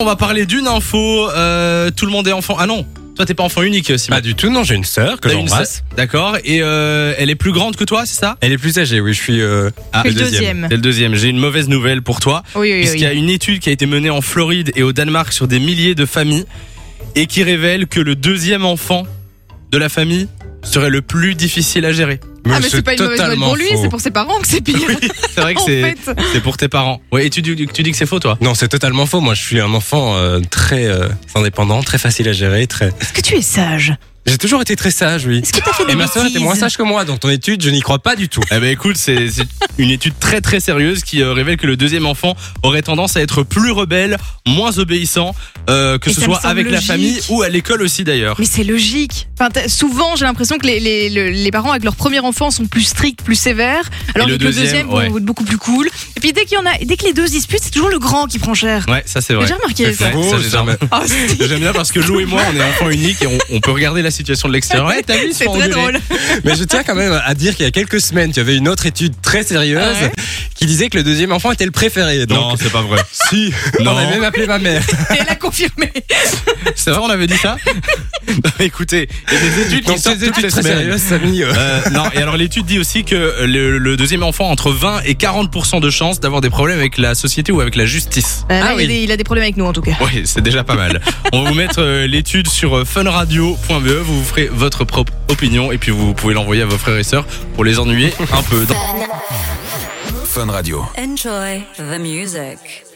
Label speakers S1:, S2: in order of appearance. S1: On va parler d'une info. euh, tout le monde est enfant. Ah non, toi t'es pas enfant unique, Simon.
S2: Pas du tout, non, j'ai une sœur que
S1: T'as une
S2: j'embrasse.
S1: D'accord. Et euh, elle est plus grande que toi, c'est ça
S2: Elle est plus âgée, oui, je suis euh,
S1: Ah,
S3: Je suis le deuxième.
S1: T'es le deuxième. J'ai une mauvaise nouvelle pour toi,
S3: Oui, oui,
S1: puisqu'il
S3: oui.
S1: y a une étude qui a été menée en Floride et au Danemark sur des milliers de familles et qui révèle que le deuxième enfant de la famille serait le plus difficile à gérer.
S3: Ah, mais c'est pas une mauvaise nouvelle
S2: totalement
S3: pour lui,
S2: faux.
S3: c'est pour ses parents que c'est pire.
S1: C'est vrai que
S3: en
S1: c'est
S3: fait.
S1: c'est pour tes parents. Ouais, et tu, dis- tu dis que c'est faux, toi
S2: Non, c'est totalement faux. Moi, je suis un enfant euh, très euh, indépendant, très facile à gérer, très.
S3: Est-ce que tu es sage
S2: J'ai toujours été très sage, oui.
S3: Est-ce que t'as fait des
S2: Et ma sœur était
S3: bêtises
S2: moins sage que moi, donc ton étude, je n'y crois pas du tout.
S1: Eh ben écoute, c'est c'est une étude très très sérieuse qui euh, révèle que le deuxième enfant aurait tendance à être plus rebelle, moins obéissant, euh, que
S3: Et
S1: ce
S3: ça me
S1: soit
S3: semble
S1: avec la
S3: logique.
S1: famille ou à l'école aussi d'ailleurs.
S3: Mais c'est logique. Enfin, t'as- souvent, j'ai l'impression que les, les, le- les parents avec leur premier enfant sont plus stricts, plus sévères, alors
S1: le
S3: que le
S1: deuxième,
S3: deuxième
S1: ouais.
S3: vont être beaucoup plus cool. Et puis dès qu'il y en a, dès que les deux se disputent, c'est toujours le grand qui prend cher.
S1: Ouais, ça c'est
S3: Mais
S1: vrai.
S3: J'ai remarqué ça.
S1: Ouais,
S2: Faux,
S1: ça, j'ai
S2: ça
S1: jamais-
S2: me-
S3: Oh, si.
S1: J'aime bien parce que Lou et moi, on est enfants uniques et on, on peut regarder la situation de l'extérieur. Ouais, t'as vu, ils se
S3: c'est
S1: font
S3: très
S1: engueuler.
S3: drôle.
S2: Mais je tiens quand même à dire qu'il y a quelques semaines, tu avais une autre étude très sérieuse
S3: Ah ouais
S2: qui disait que le deuxième enfant était le préféré. Donc,
S1: Non, c'est pas vrai.
S2: si,
S1: Non.
S2: on avait même appelé ma mère.
S3: Et elle a confirmé.
S1: C'est vrai, on avait dit ça Non, mais écoutez, il y a des études
S2: Dans
S1: qui sortent
S2: ces
S1: toutes
S2: études
S1: les
S2: très
S1: semaines.
S2: sérieuses, Samy, euh,
S1: Euh, non, et alors l'étude dit aussi que le, le deuxième enfant a entre 20 et 40% de chances d'avoir des problèmes avec la société ou avec la justice.
S3: Euh, là, il,
S1: Ah oui.
S3: a des, il a des problèmes avec nous en tout cas.
S1: Oui, c'est déjà pas mal. On va vous mettre euh, l'étude sur euh, funradio.be. E. Vous vous ferez votre propre opinion et puis vous pouvez l'envoyer à vos frères et sœurs pour les ennuyer un peu. Dans-
S4: Enjoy the music.